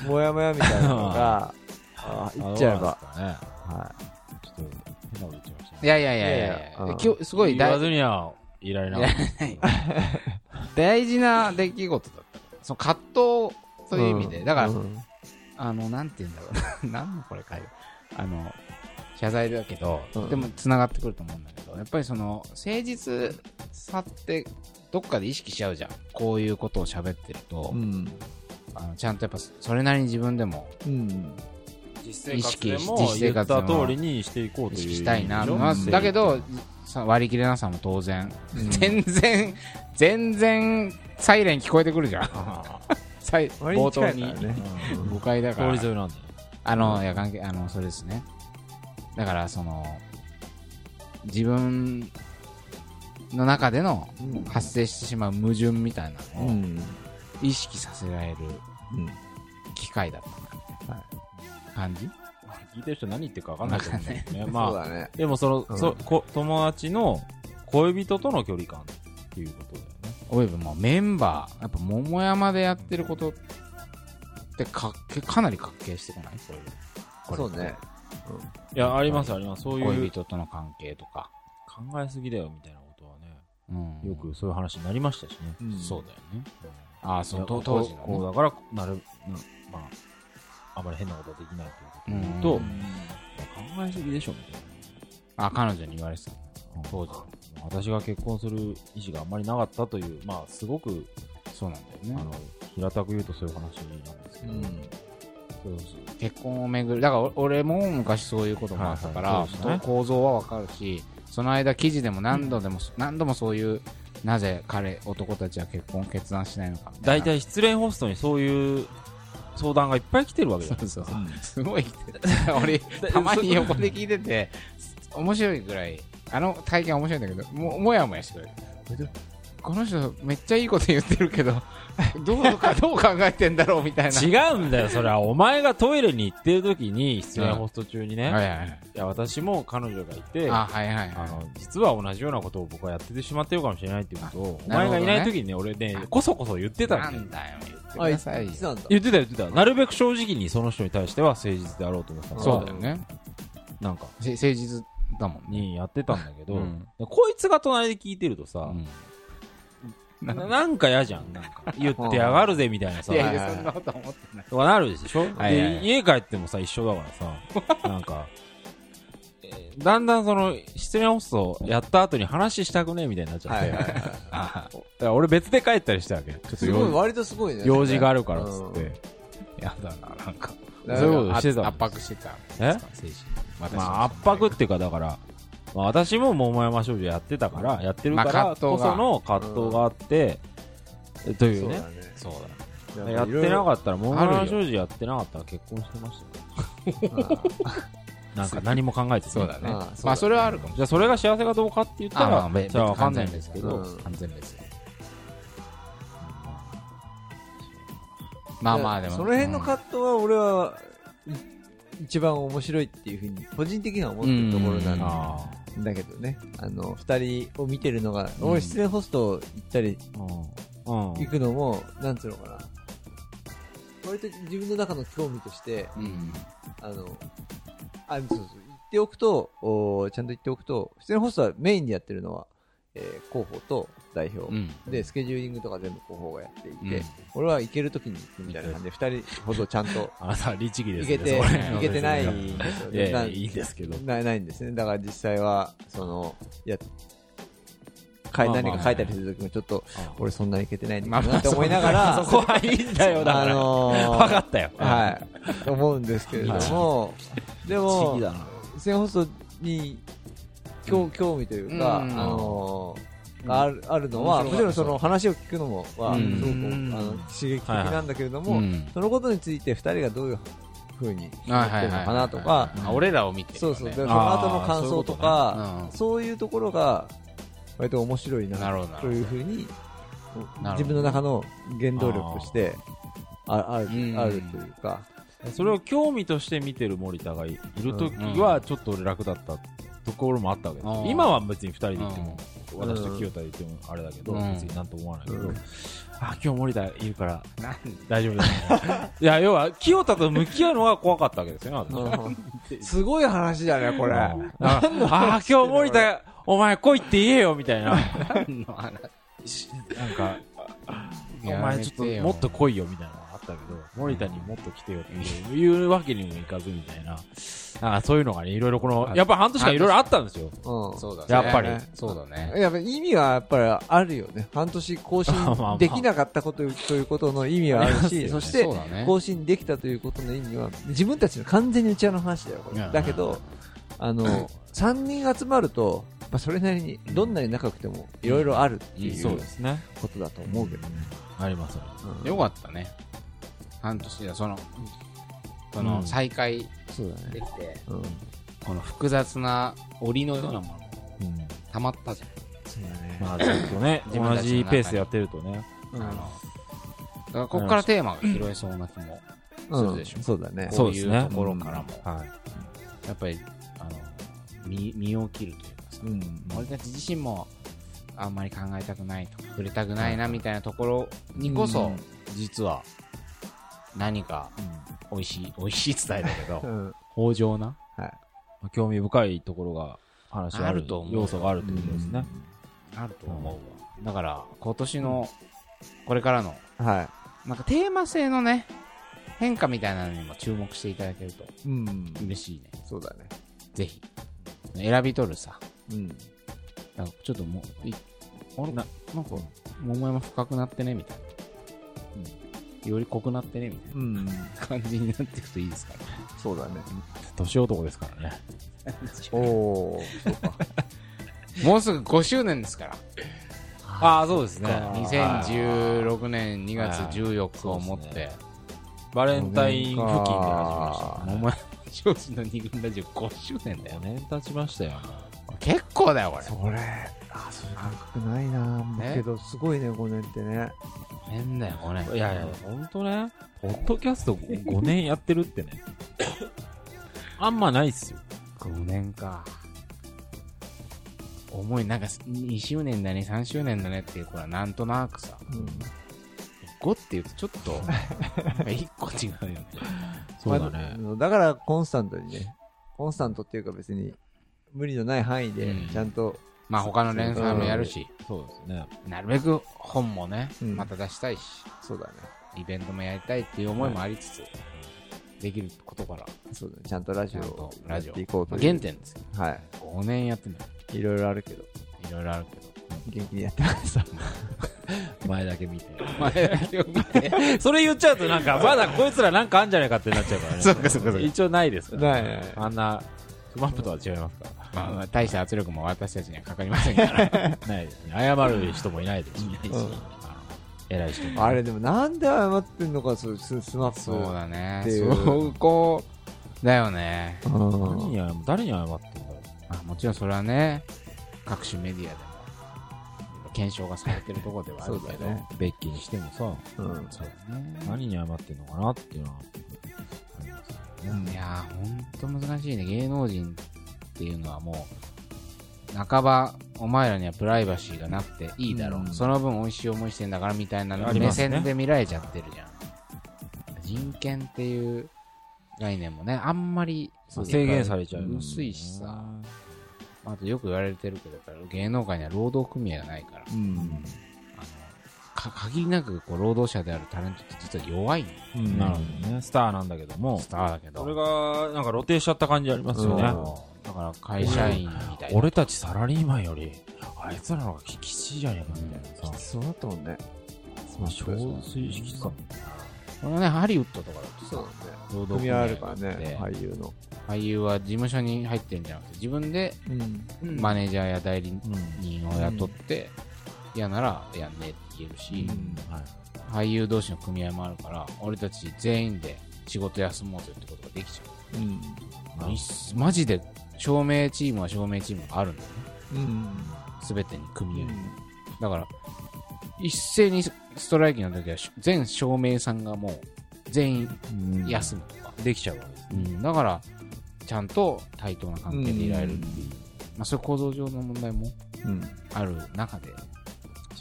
Speaker 3: もやもやみたいなのが、あーいっちゃえば。
Speaker 1: あ。どうなんです
Speaker 3: は
Speaker 1: かね、ちょっと変なこと言っちゃいました、
Speaker 2: い
Speaker 1: ね。
Speaker 2: やいやいやいや
Speaker 3: いやいやうん
Speaker 2: きすごい
Speaker 1: 言わ
Speaker 2: 大
Speaker 1: ずにはいられなかった。
Speaker 2: いや大事な出来事だった。その葛藤という意味で。だから、
Speaker 3: うん
Speaker 2: あの、なんて言うんだろうな。何のこれかよ。あの、謝罪だけど、
Speaker 3: うん
Speaker 2: でも繋がってくると思うんだけどやっぱりその誠実さってどっかで意識しちゃうじゃんこういうことを喋ってると、
Speaker 3: うん。
Speaker 2: あのちゃんとやっぱそれなりに自分でも
Speaker 3: うん。
Speaker 1: 実生活で
Speaker 2: 意
Speaker 1: も
Speaker 2: 識
Speaker 1: 言っ
Speaker 2: 実生
Speaker 1: た
Speaker 2: 活でも
Speaker 1: 通りにしていこうという
Speaker 2: 意識したいな、
Speaker 1: 意味でしょ
Speaker 2: まあ、
Speaker 1: うん
Speaker 2: だけどさ割り切れなさも当然、
Speaker 3: うん
Speaker 2: 全然全然サイレン聞こえてくるじゃんサイ
Speaker 3: 割
Speaker 2: 冒
Speaker 3: に
Speaker 2: 頭
Speaker 3: 近いから
Speaker 2: に
Speaker 3: ね。
Speaker 2: 誤解だか
Speaker 1: 通
Speaker 2: ら
Speaker 1: り沿いなんだよ
Speaker 2: あの、いや、関係、あの、それですね。だから、その、自分の中での
Speaker 3: うん
Speaker 2: 発生してしまう矛盾みたいな
Speaker 3: う
Speaker 2: のを
Speaker 3: ん。
Speaker 2: 意識させられる
Speaker 3: うん。
Speaker 2: 機会だったな、
Speaker 3: は
Speaker 2: 感じ
Speaker 1: 聞いてる人何言ってるか分かんないと思うんだけどね ま
Speaker 3: そ
Speaker 1: あ
Speaker 3: うだね。
Speaker 1: でもその、
Speaker 3: うん
Speaker 1: そこ友達の恋人との距離感っていうことだよね。
Speaker 2: およびもうメンバー、やっぱ桃山でやってることってかっけ、かなり関係してこないそういう。これ
Speaker 3: そうね。
Speaker 1: いや、ありますあります。そうい
Speaker 2: 恋
Speaker 1: う
Speaker 2: 人との関係とか。
Speaker 1: 考えすぎだよみたいなことはね、
Speaker 2: うん。
Speaker 1: よくそういう話になりましたしね。
Speaker 3: うん
Speaker 2: そうだよね。ああ、
Speaker 1: い
Speaker 2: そ
Speaker 1: や
Speaker 2: う、と
Speaker 1: こう
Speaker 2: 当時のね
Speaker 1: こうだから、なる、うんまあ、あまり変なことはできないということと、
Speaker 2: うん
Speaker 1: 考えすぎでしょみたい
Speaker 2: あ、彼女に言われてた。
Speaker 1: な。
Speaker 2: 当時。
Speaker 1: 私が結婚する意思があんまりなかったという、まあ、すごく、
Speaker 2: そうなんだよね。
Speaker 1: あの、平たく言うとそういう話なんですけ
Speaker 3: う
Speaker 1: ど、
Speaker 3: ん。
Speaker 1: そうそう
Speaker 2: 結婚をめぐるだからお俺も昔そういうこともあったから、
Speaker 1: はいはいそうですね
Speaker 2: と構造はわかるしその間記事でも何度でも、何度もそういうなぜ彼男たちは結婚を決断しないのかみた
Speaker 1: 大
Speaker 2: いな
Speaker 1: 体失恋ホストにそういう相談がいっぱい来てるわけじ ゃないですか。
Speaker 2: すごい 俺たまに横で聞いてて面白いぐらいあの体験面白いんだけどももやもやしてくれるこの人めっちゃいいこと言ってるけど ど うかどう考えてんだろうみたいな
Speaker 1: 違うんだよ、それは。お前がトイレに行ってる時に、失恋ホスト中にね、
Speaker 2: はい
Speaker 1: い、
Speaker 2: はいはい
Speaker 1: や、私も彼女がいて、
Speaker 2: あ
Speaker 1: あ
Speaker 2: はいはいはい
Speaker 1: の、実は同じようなことを僕はやっててしまってるかもしれないっていうことを、お
Speaker 2: な
Speaker 1: 前
Speaker 2: るほど
Speaker 1: が
Speaker 2: ね
Speaker 1: いない時にね、俺ね
Speaker 2: あ、
Speaker 1: こそこそ言ってた
Speaker 2: なん
Speaker 1: だよ
Speaker 2: んだよ言って
Speaker 3: あ、
Speaker 2: く
Speaker 3: い
Speaker 2: だ
Speaker 3: つ
Speaker 2: さいよ
Speaker 3: なんだ。
Speaker 1: 言ってた言ってた。なるべく正直にその人に対しては誠実であろうと思ってたから、
Speaker 2: そうだよね
Speaker 1: なんか、
Speaker 2: せ誠実だもんね。
Speaker 1: にやってたんだけど、
Speaker 2: うん
Speaker 1: こいつが隣で聞いてるとさ、ななんか嫌じゃん。なんか言ってやがるぜみたいなさ
Speaker 2: い。やい
Speaker 3: は
Speaker 2: や、
Speaker 3: い
Speaker 2: そんなこと思ってない。
Speaker 1: とかなるでしょ、
Speaker 2: はいはいはい
Speaker 1: で家帰ってもさ一緒だから さなんか、えーだんだんその失恋ホストやった後に話したくねえみたいになっちゃっ
Speaker 3: は
Speaker 1: て、
Speaker 3: いはいはい。
Speaker 1: だから俺別で帰ったりしたわけちょっと
Speaker 3: すごい、
Speaker 1: 用
Speaker 3: 割とすごいね。
Speaker 1: 用事があるからっつって、
Speaker 3: うん
Speaker 2: やだな、なんか。
Speaker 3: だから
Speaker 1: そういうことしてたの
Speaker 2: 圧迫してた。
Speaker 1: え
Speaker 2: 精神。
Speaker 1: まあ圧迫っていうかだから、まあ、私も桃山少女やってたからやってるか
Speaker 2: まあ
Speaker 1: らこ
Speaker 2: 葛藤が
Speaker 1: その葛藤があって、というね
Speaker 2: そう
Speaker 3: そうだね。
Speaker 1: やってなかったら桃
Speaker 2: あ
Speaker 1: 山
Speaker 2: るよ
Speaker 1: 少女やってなかったら結婚してましたよ
Speaker 3: った。
Speaker 1: なんか何も考えて
Speaker 2: だ。
Speaker 1: ない
Speaker 2: そうだね
Speaker 3: ああ。
Speaker 2: まあ、そ
Speaker 3: そうだね
Speaker 2: れはあるかもし
Speaker 1: じゃあそれが幸せかどうかって言った
Speaker 2: あまあ
Speaker 1: ら
Speaker 2: べ
Speaker 1: じゃあわかんないんですけ
Speaker 2: 別
Speaker 1: ど、
Speaker 2: に
Speaker 3: うん
Speaker 2: れない。完全別。まあまあ、でも。
Speaker 3: その辺の
Speaker 2: か
Speaker 3: 葛藤は俺はい一番面白いっていうふうに個人的には思ってるとこ
Speaker 2: う
Speaker 3: ろ
Speaker 2: ん
Speaker 3: な
Speaker 1: あ
Speaker 3: んだけどねあの二人を見てるのが、
Speaker 2: うん
Speaker 3: 俺失恋ホスト行ったり
Speaker 1: あうん
Speaker 3: 行くのもなんつうのかな割と自分の中の興味として
Speaker 2: うん。
Speaker 3: あのあそうそう言っておくとおーちゃんと言っておくと失恋ホストはメインでやってるのは、えー広報と代表、
Speaker 2: うん。
Speaker 3: でスケジューリングとか全部広報がやっていて、
Speaker 2: うん
Speaker 3: 俺は行けるときに行くみたいな感じで二人ほどちゃんと
Speaker 1: あなたは律儀で
Speaker 3: い
Speaker 1: す
Speaker 3: け
Speaker 1: ね。
Speaker 3: て、
Speaker 1: それ
Speaker 3: いけてないんですよ
Speaker 1: いや
Speaker 3: ね。
Speaker 1: い
Speaker 3: な
Speaker 1: や、いいんですけど。
Speaker 3: なないんですね。だから実際は、その、いや、かい
Speaker 1: まあまあ
Speaker 3: 何か書いたりするときもちょっと、俺そんないけてないんだけ
Speaker 2: ま
Speaker 3: どな
Speaker 2: あ
Speaker 3: って思いなが ら、
Speaker 1: そこはいいんだよ、だか
Speaker 3: あ
Speaker 1: ら。
Speaker 3: のー
Speaker 1: わかったよ。
Speaker 3: はい、思うんですけれども、でも、線放送に興興味というか、
Speaker 2: うん
Speaker 3: あのーがあるあるのは、
Speaker 2: 面白かった
Speaker 3: もちろんその話を聞くのもは、
Speaker 2: う
Speaker 3: す
Speaker 2: ん
Speaker 3: ごくあの刺激的なんだけれども、
Speaker 2: うん
Speaker 3: そのことについて2人がどういうふうに
Speaker 2: はい
Speaker 3: 思っ
Speaker 2: は
Speaker 3: て
Speaker 2: い
Speaker 3: る
Speaker 2: は
Speaker 3: の
Speaker 2: い。
Speaker 3: かなとか、
Speaker 2: あ俺らを見てるよ
Speaker 3: そ
Speaker 2: ね。
Speaker 3: うそう、だからその後の感想とか
Speaker 2: あ、ー
Speaker 3: そういうところが、割と面白い
Speaker 2: なるほ
Speaker 3: な
Speaker 2: どなるほど
Speaker 3: というふうに
Speaker 2: な、るほど
Speaker 3: 自分の中の原動力として、あある
Speaker 2: うん
Speaker 3: あるという か、
Speaker 1: それを興味として見てる森田がいいるときは、ちょっと俺楽だったところもあったわけで
Speaker 2: うん
Speaker 1: す。今は別に二人で行っても、
Speaker 3: ん
Speaker 1: 私と清田で行ってもあれだけど、
Speaker 2: うん
Speaker 1: 別になんとも思わないけ
Speaker 3: う
Speaker 1: どあ、
Speaker 3: ん、
Speaker 1: 今日森田いるから
Speaker 2: なん
Speaker 1: 大丈夫だね。いや、要は、清田と向き合うのが怖かったわけですよね私は。
Speaker 3: すごい話だね、これ。
Speaker 1: うんああ、今日森田、お前来いって言えよ、みたいな。
Speaker 2: 何の話
Speaker 1: なんか、お
Speaker 2: やめ
Speaker 1: 前
Speaker 2: て
Speaker 1: ちょ
Speaker 2: よ
Speaker 1: っともっと来いよ、みたいな。ったけど、森田にもっと来てよっていういうわけにもいかずみたいな、なんかそういうのがね、いろいろこの、
Speaker 2: あ
Speaker 1: やっぱ半年間いろいろあったんですよ。
Speaker 3: うん。
Speaker 2: そうだね
Speaker 1: やっぱり。
Speaker 2: そうだね。
Speaker 3: やっぱ意味はやっぱりあるよね。半年更新
Speaker 1: まあまあ
Speaker 3: できなかったことということの意味はあるし、そして
Speaker 2: そうだね。
Speaker 3: 更新できたということの意味は、自分たちの完全に内輪の話だよ、これ
Speaker 2: いや。
Speaker 3: だけど、あの、3人集まると、やっぱそれなりに、どんなに仲良くても、いろいろあるってい
Speaker 1: そう
Speaker 3: う
Speaker 1: ですね。
Speaker 3: ことだと思うけどね。
Speaker 1: あります。
Speaker 3: うん
Speaker 2: よかったね。半年で、その、そうの、
Speaker 1: ん
Speaker 2: 再開
Speaker 3: そうだね
Speaker 2: で。きて、
Speaker 3: うん。
Speaker 2: この複雑な檻のようなもの、
Speaker 1: うん。
Speaker 2: 溜まったじゃん。
Speaker 3: そうだね。
Speaker 1: まあ、ずっとね、
Speaker 2: 自分
Speaker 1: 同
Speaker 2: たちの中に
Speaker 1: じペースでやってるとね。
Speaker 3: う
Speaker 2: あの、だ
Speaker 3: ん
Speaker 2: からここからテーマが拾えそうな気も、
Speaker 3: うん
Speaker 2: そうでしょ
Speaker 3: そうだね。
Speaker 1: そ
Speaker 2: こ
Speaker 1: う
Speaker 2: う
Speaker 1: で
Speaker 2: い
Speaker 1: す
Speaker 2: う
Speaker 1: ね
Speaker 2: ところからも、
Speaker 1: はい。
Speaker 2: やっぱり、あの、身身を切るというかさ、
Speaker 3: うん。
Speaker 2: 俺たち自身も、あんまり考えたくないとか、触れたくないなみたいなところにこそ、
Speaker 3: うん
Speaker 2: 実は、何か、美味しい、美味しい伝えだけ
Speaker 3: う
Speaker 2: ど、
Speaker 3: ん。
Speaker 2: 豊穣な
Speaker 1: まあ興味深いところが、話があ
Speaker 2: あ
Speaker 1: る
Speaker 2: ると思う
Speaker 1: 要素があるってことですね。
Speaker 2: あると思うわ。だから、今年の、これからの、
Speaker 3: うん。はい。
Speaker 2: なんかテーマ性のね、変化みたいなのにも注目していただけると
Speaker 3: うん。
Speaker 2: 嬉しいね。
Speaker 3: そうだね。
Speaker 2: ぜひ。選び取るさ。
Speaker 3: うん。
Speaker 2: なんかちょっともう、いあ
Speaker 1: な
Speaker 2: れな、なんか、桃山深くなってね、みたいな。うんより濃くなってね、みたい
Speaker 3: うん。
Speaker 2: な感じになっていくといいですから。
Speaker 3: そうだね。
Speaker 1: 年男ですからね。
Speaker 3: おー、そうか。
Speaker 2: もうすぐ5周年ですから。
Speaker 1: ああ、そうですね。
Speaker 2: 2016年2月14日をもっ
Speaker 1: そうで
Speaker 2: て、
Speaker 1: バレンタイン付近で始めましたね。
Speaker 2: 桃山商事の二軍ラジオ5周年だよ
Speaker 1: 5。年経ちましたよ。
Speaker 2: 結構だよ、これ。
Speaker 3: それ、あ、それ長くないなあ
Speaker 2: ね
Speaker 3: けど、すごいね、5年ってね。
Speaker 2: 変だよ、これ。
Speaker 1: いやいや、ほんとね、ポッドキャスト5年やってるってね。あんまないっすよ。
Speaker 2: 5年か。思い、なんか2周年だね、3周年だねっていう頃はなんとなくさ、
Speaker 3: うん。
Speaker 2: 5っていうとちょっと、なんか1個違う よね。
Speaker 1: そうだね。
Speaker 3: まあだから、コンスタントにね、コンスタントっていうか別に、無理のない範囲で
Speaker 2: うん、
Speaker 3: ちゃんと、
Speaker 2: まあ他の連載もやるし、
Speaker 1: そうですね。
Speaker 2: なるべく本もね、
Speaker 3: うん
Speaker 2: また出したいし、
Speaker 3: そうだね。
Speaker 2: イベントもやりたいっていう思いもありつつ、できることから、
Speaker 3: そうだね。ちゃんとラ
Speaker 2: ち
Speaker 3: ジ
Speaker 2: ゃん
Speaker 3: オ
Speaker 2: と
Speaker 3: を
Speaker 2: ラ
Speaker 3: やっ
Speaker 2: ジオ。
Speaker 3: ていこうと
Speaker 2: まあ
Speaker 3: いう。
Speaker 2: 原点ですよ。
Speaker 3: は
Speaker 2: 5年やってんだよ。
Speaker 3: い。いろいろあるけど、
Speaker 2: いろいろあるけど。
Speaker 3: 元気にやってます。
Speaker 1: 前だけ見て。
Speaker 2: 前だけを見て。
Speaker 1: それ言っちゃうとなんか、まだこいつらなんかあんじゃないかってなっちゃう からね。
Speaker 2: そうかそうかそうか
Speaker 1: 一応ないですから、
Speaker 3: ないない
Speaker 1: あんな、スマップとは違いますか
Speaker 2: まあまあ、大した圧力も私たちにはかかりませんから。
Speaker 1: ら。ないですね。謝る人もいないですし。
Speaker 3: うん
Speaker 1: あの偉い人も。
Speaker 3: あれ、でもなんで謝ってんのか、 そうススマップ。
Speaker 2: そうだね
Speaker 3: っていう
Speaker 2: そこだよね、
Speaker 1: 何
Speaker 3: うん。
Speaker 1: に謝誰に謝ってんだろ
Speaker 2: まあ、もちろんそれはね各種メディアでも検証がされてるところではあるけ
Speaker 3: そう
Speaker 2: ど
Speaker 3: だね
Speaker 1: う。ベッキーにしてもさ、
Speaker 3: うん。
Speaker 2: そうだね
Speaker 1: 何に謝ってんのかなっていうのはありますよね。
Speaker 2: うんいやーほんと難しいね芸能人っていうのはもう半ばお前らにはプライバシーがなくていいだろう、
Speaker 1: うん
Speaker 2: その分美味しい思いしてんだからみたいな
Speaker 1: あり
Speaker 2: 目
Speaker 1: ますね
Speaker 2: 線で見られちゃってるじゃん、人権っていう概念もねあんまり
Speaker 1: そう制限されちゃう、
Speaker 2: 薄いしさ、あとよく言われてるけど、やっぱり芸能界には労働組合がないから、
Speaker 3: うん。
Speaker 2: あのか限りなくこう労働者であるタレントって実は弱いんだよ
Speaker 3: うん
Speaker 1: なるほどねスターなんだけども
Speaker 2: スターだけど。
Speaker 1: それがなんか露呈しちゃった感じありますよね、
Speaker 2: そうだから会社員みたいな。
Speaker 1: 俺たちサラリーマンよりあいつらの方がききついじゃねえかみたいなさ、
Speaker 3: そうだったもんね。
Speaker 1: まあ憔悴しきつかも
Speaker 2: このね、ハリウッドとかだと
Speaker 3: そう
Speaker 2: さ
Speaker 3: だ、ね。
Speaker 2: 労働
Speaker 3: 組
Speaker 2: 組
Speaker 3: み合
Speaker 2: 合
Speaker 3: わ
Speaker 2: が
Speaker 3: れ
Speaker 2: あ
Speaker 3: る
Speaker 2: っ
Speaker 3: から
Speaker 2: て
Speaker 3: ね、俳優の。
Speaker 2: 俳優は事務所に入ってるんじゃなくて、自分で
Speaker 3: うん。
Speaker 2: マネージャーや代理
Speaker 1: うん、
Speaker 2: 人を雇って、嫌ならやんねえって言えるし、
Speaker 3: うん
Speaker 1: はい、
Speaker 2: 俳優同士の組合もあるから、俺たち全員で仕事休もうぜってことができちゃう。
Speaker 3: うん。
Speaker 1: まあ
Speaker 2: いっすマジで照明チームは照明チームがあるんだよね
Speaker 3: うん。
Speaker 2: 全てに組合、
Speaker 3: うん
Speaker 2: だから一斉にストライキの時はし全照明さんがもう全員
Speaker 1: うん
Speaker 2: 休むとか、
Speaker 1: できちゃうわけです
Speaker 2: う
Speaker 1: ね、
Speaker 2: んだからちゃんと対等な関係でいられるっていう、まあ、そういう構造上の問題も
Speaker 3: うん。
Speaker 2: ある中で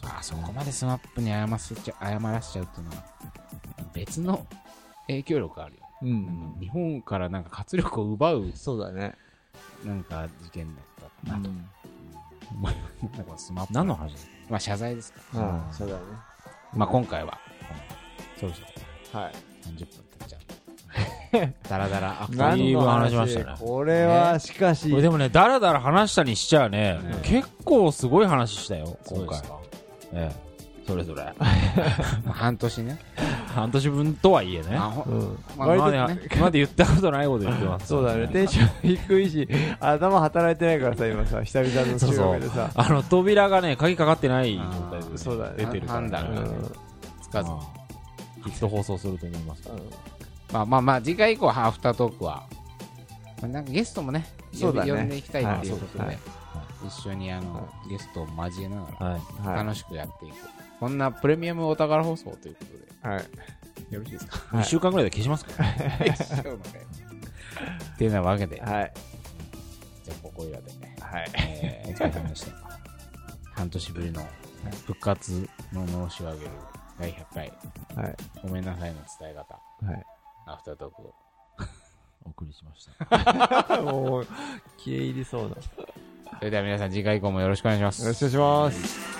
Speaker 2: あそこまでスマップに謝らせちゃ謝らせちゃうっていうのは別の影響力あるよ、
Speaker 3: う
Speaker 2: なんか
Speaker 3: ん。
Speaker 2: 日本からなんか活力を奪う
Speaker 3: そうだね。
Speaker 2: なんか事件だったなと
Speaker 3: うん。
Speaker 2: なんかスマップ
Speaker 1: 何の話
Speaker 2: まあ謝罪ですか。
Speaker 3: ああ、そうだね。
Speaker 2: まあ今回は、
Speaker 1: そうです
Speaker 3: はい。
Speaker 2: 30分経っちゃ う。だらだら、あ、こ
Speaker 1: だ
Speaker 2: う
Speaker 1: い
Speaker 2: いう
Speaker 1: ぶ話しましたね
Speaker 3: 何の話これは、しかし、
Speaker 1: これでもね、だらだら話したにしちゃね、
Speaker 2: ね
Speaker 1: 結構すごい話したよ、今
Speaker 2: 今
Speaker 1: 回
Speaker 2: 回。
Speaker 1: ええ、それぞれ。
Speaker 2: まあ半年ね。
Speaker 1: 半年分とはいえね。
Speaker 2: あほ
Speaker 3: うん
Speaker 2: まあ
Speaker 1: 今
Speaker 3: 割
Speaker 1: ま
Speaker 3: と
Speaker 1: で
Speaker 3: ね
Speaker 1: 今まで言ったことないこと言ってます。
Speaker 3: そうだね、テンション低いし、頭働いてないからさ、今さ、久々の収録でさ、
Speaker 1: あの、扉がね、鍵かかってない状態で、
Speaker 3: そうだね
Speaker 1: 出てるから、
Speaker 2: 判断
Speaker 3: う
Speaker 2: が
Speaker 3: ん
Speaker 2: ねつかず。
Speaker 1: まあきっと放送すると思いますけど。
Speaker 2: まあまあまあ、次回以降、ハーフタートークは、まあなんかゲストもね、
Speaker 3: そ
Speaker 2: 呼
Speaker 3: う
Speaker 2: び
Speaker 3: だね
Speaker 2: 呼んでいきたいっていうこと
Speaker 3: は
Speaker 2: で
Speaker 3: い、
Speaker 2: 一緒にあの、ゲストを交えなが
Speaker 1: はい。
Speaker 3: は
Speaker 2: ら、
Speaker 3: い
Speaker 2: 楽しくやっていく。こんなプレミアムお宝放送ということで、
Speaker 3: はい。
Speaker 2: よろしいですか
Speaker 1: 一、週間ぐらいで消しますから。
Speaker 2: っていうなわけで、
Speaker 3: はい。
Speaker 2: じゃあ、ここいらでね、
Speaker 3: はい。
Speaker 2: えーお疲れ様でした。半年ぶりの復活の申し上げる第100回、
Speaker 3: はい。
Speaker 2: ごめんなさいの伝え方、アフタートークを
Speaker 1: お送りしました。
Speaker 3: はい。もう、消え入りそうだ。よ
Speaker 2: それでは皆さん次回以降もよろしくお願いします。
Speaker 3: ろしくお願いします。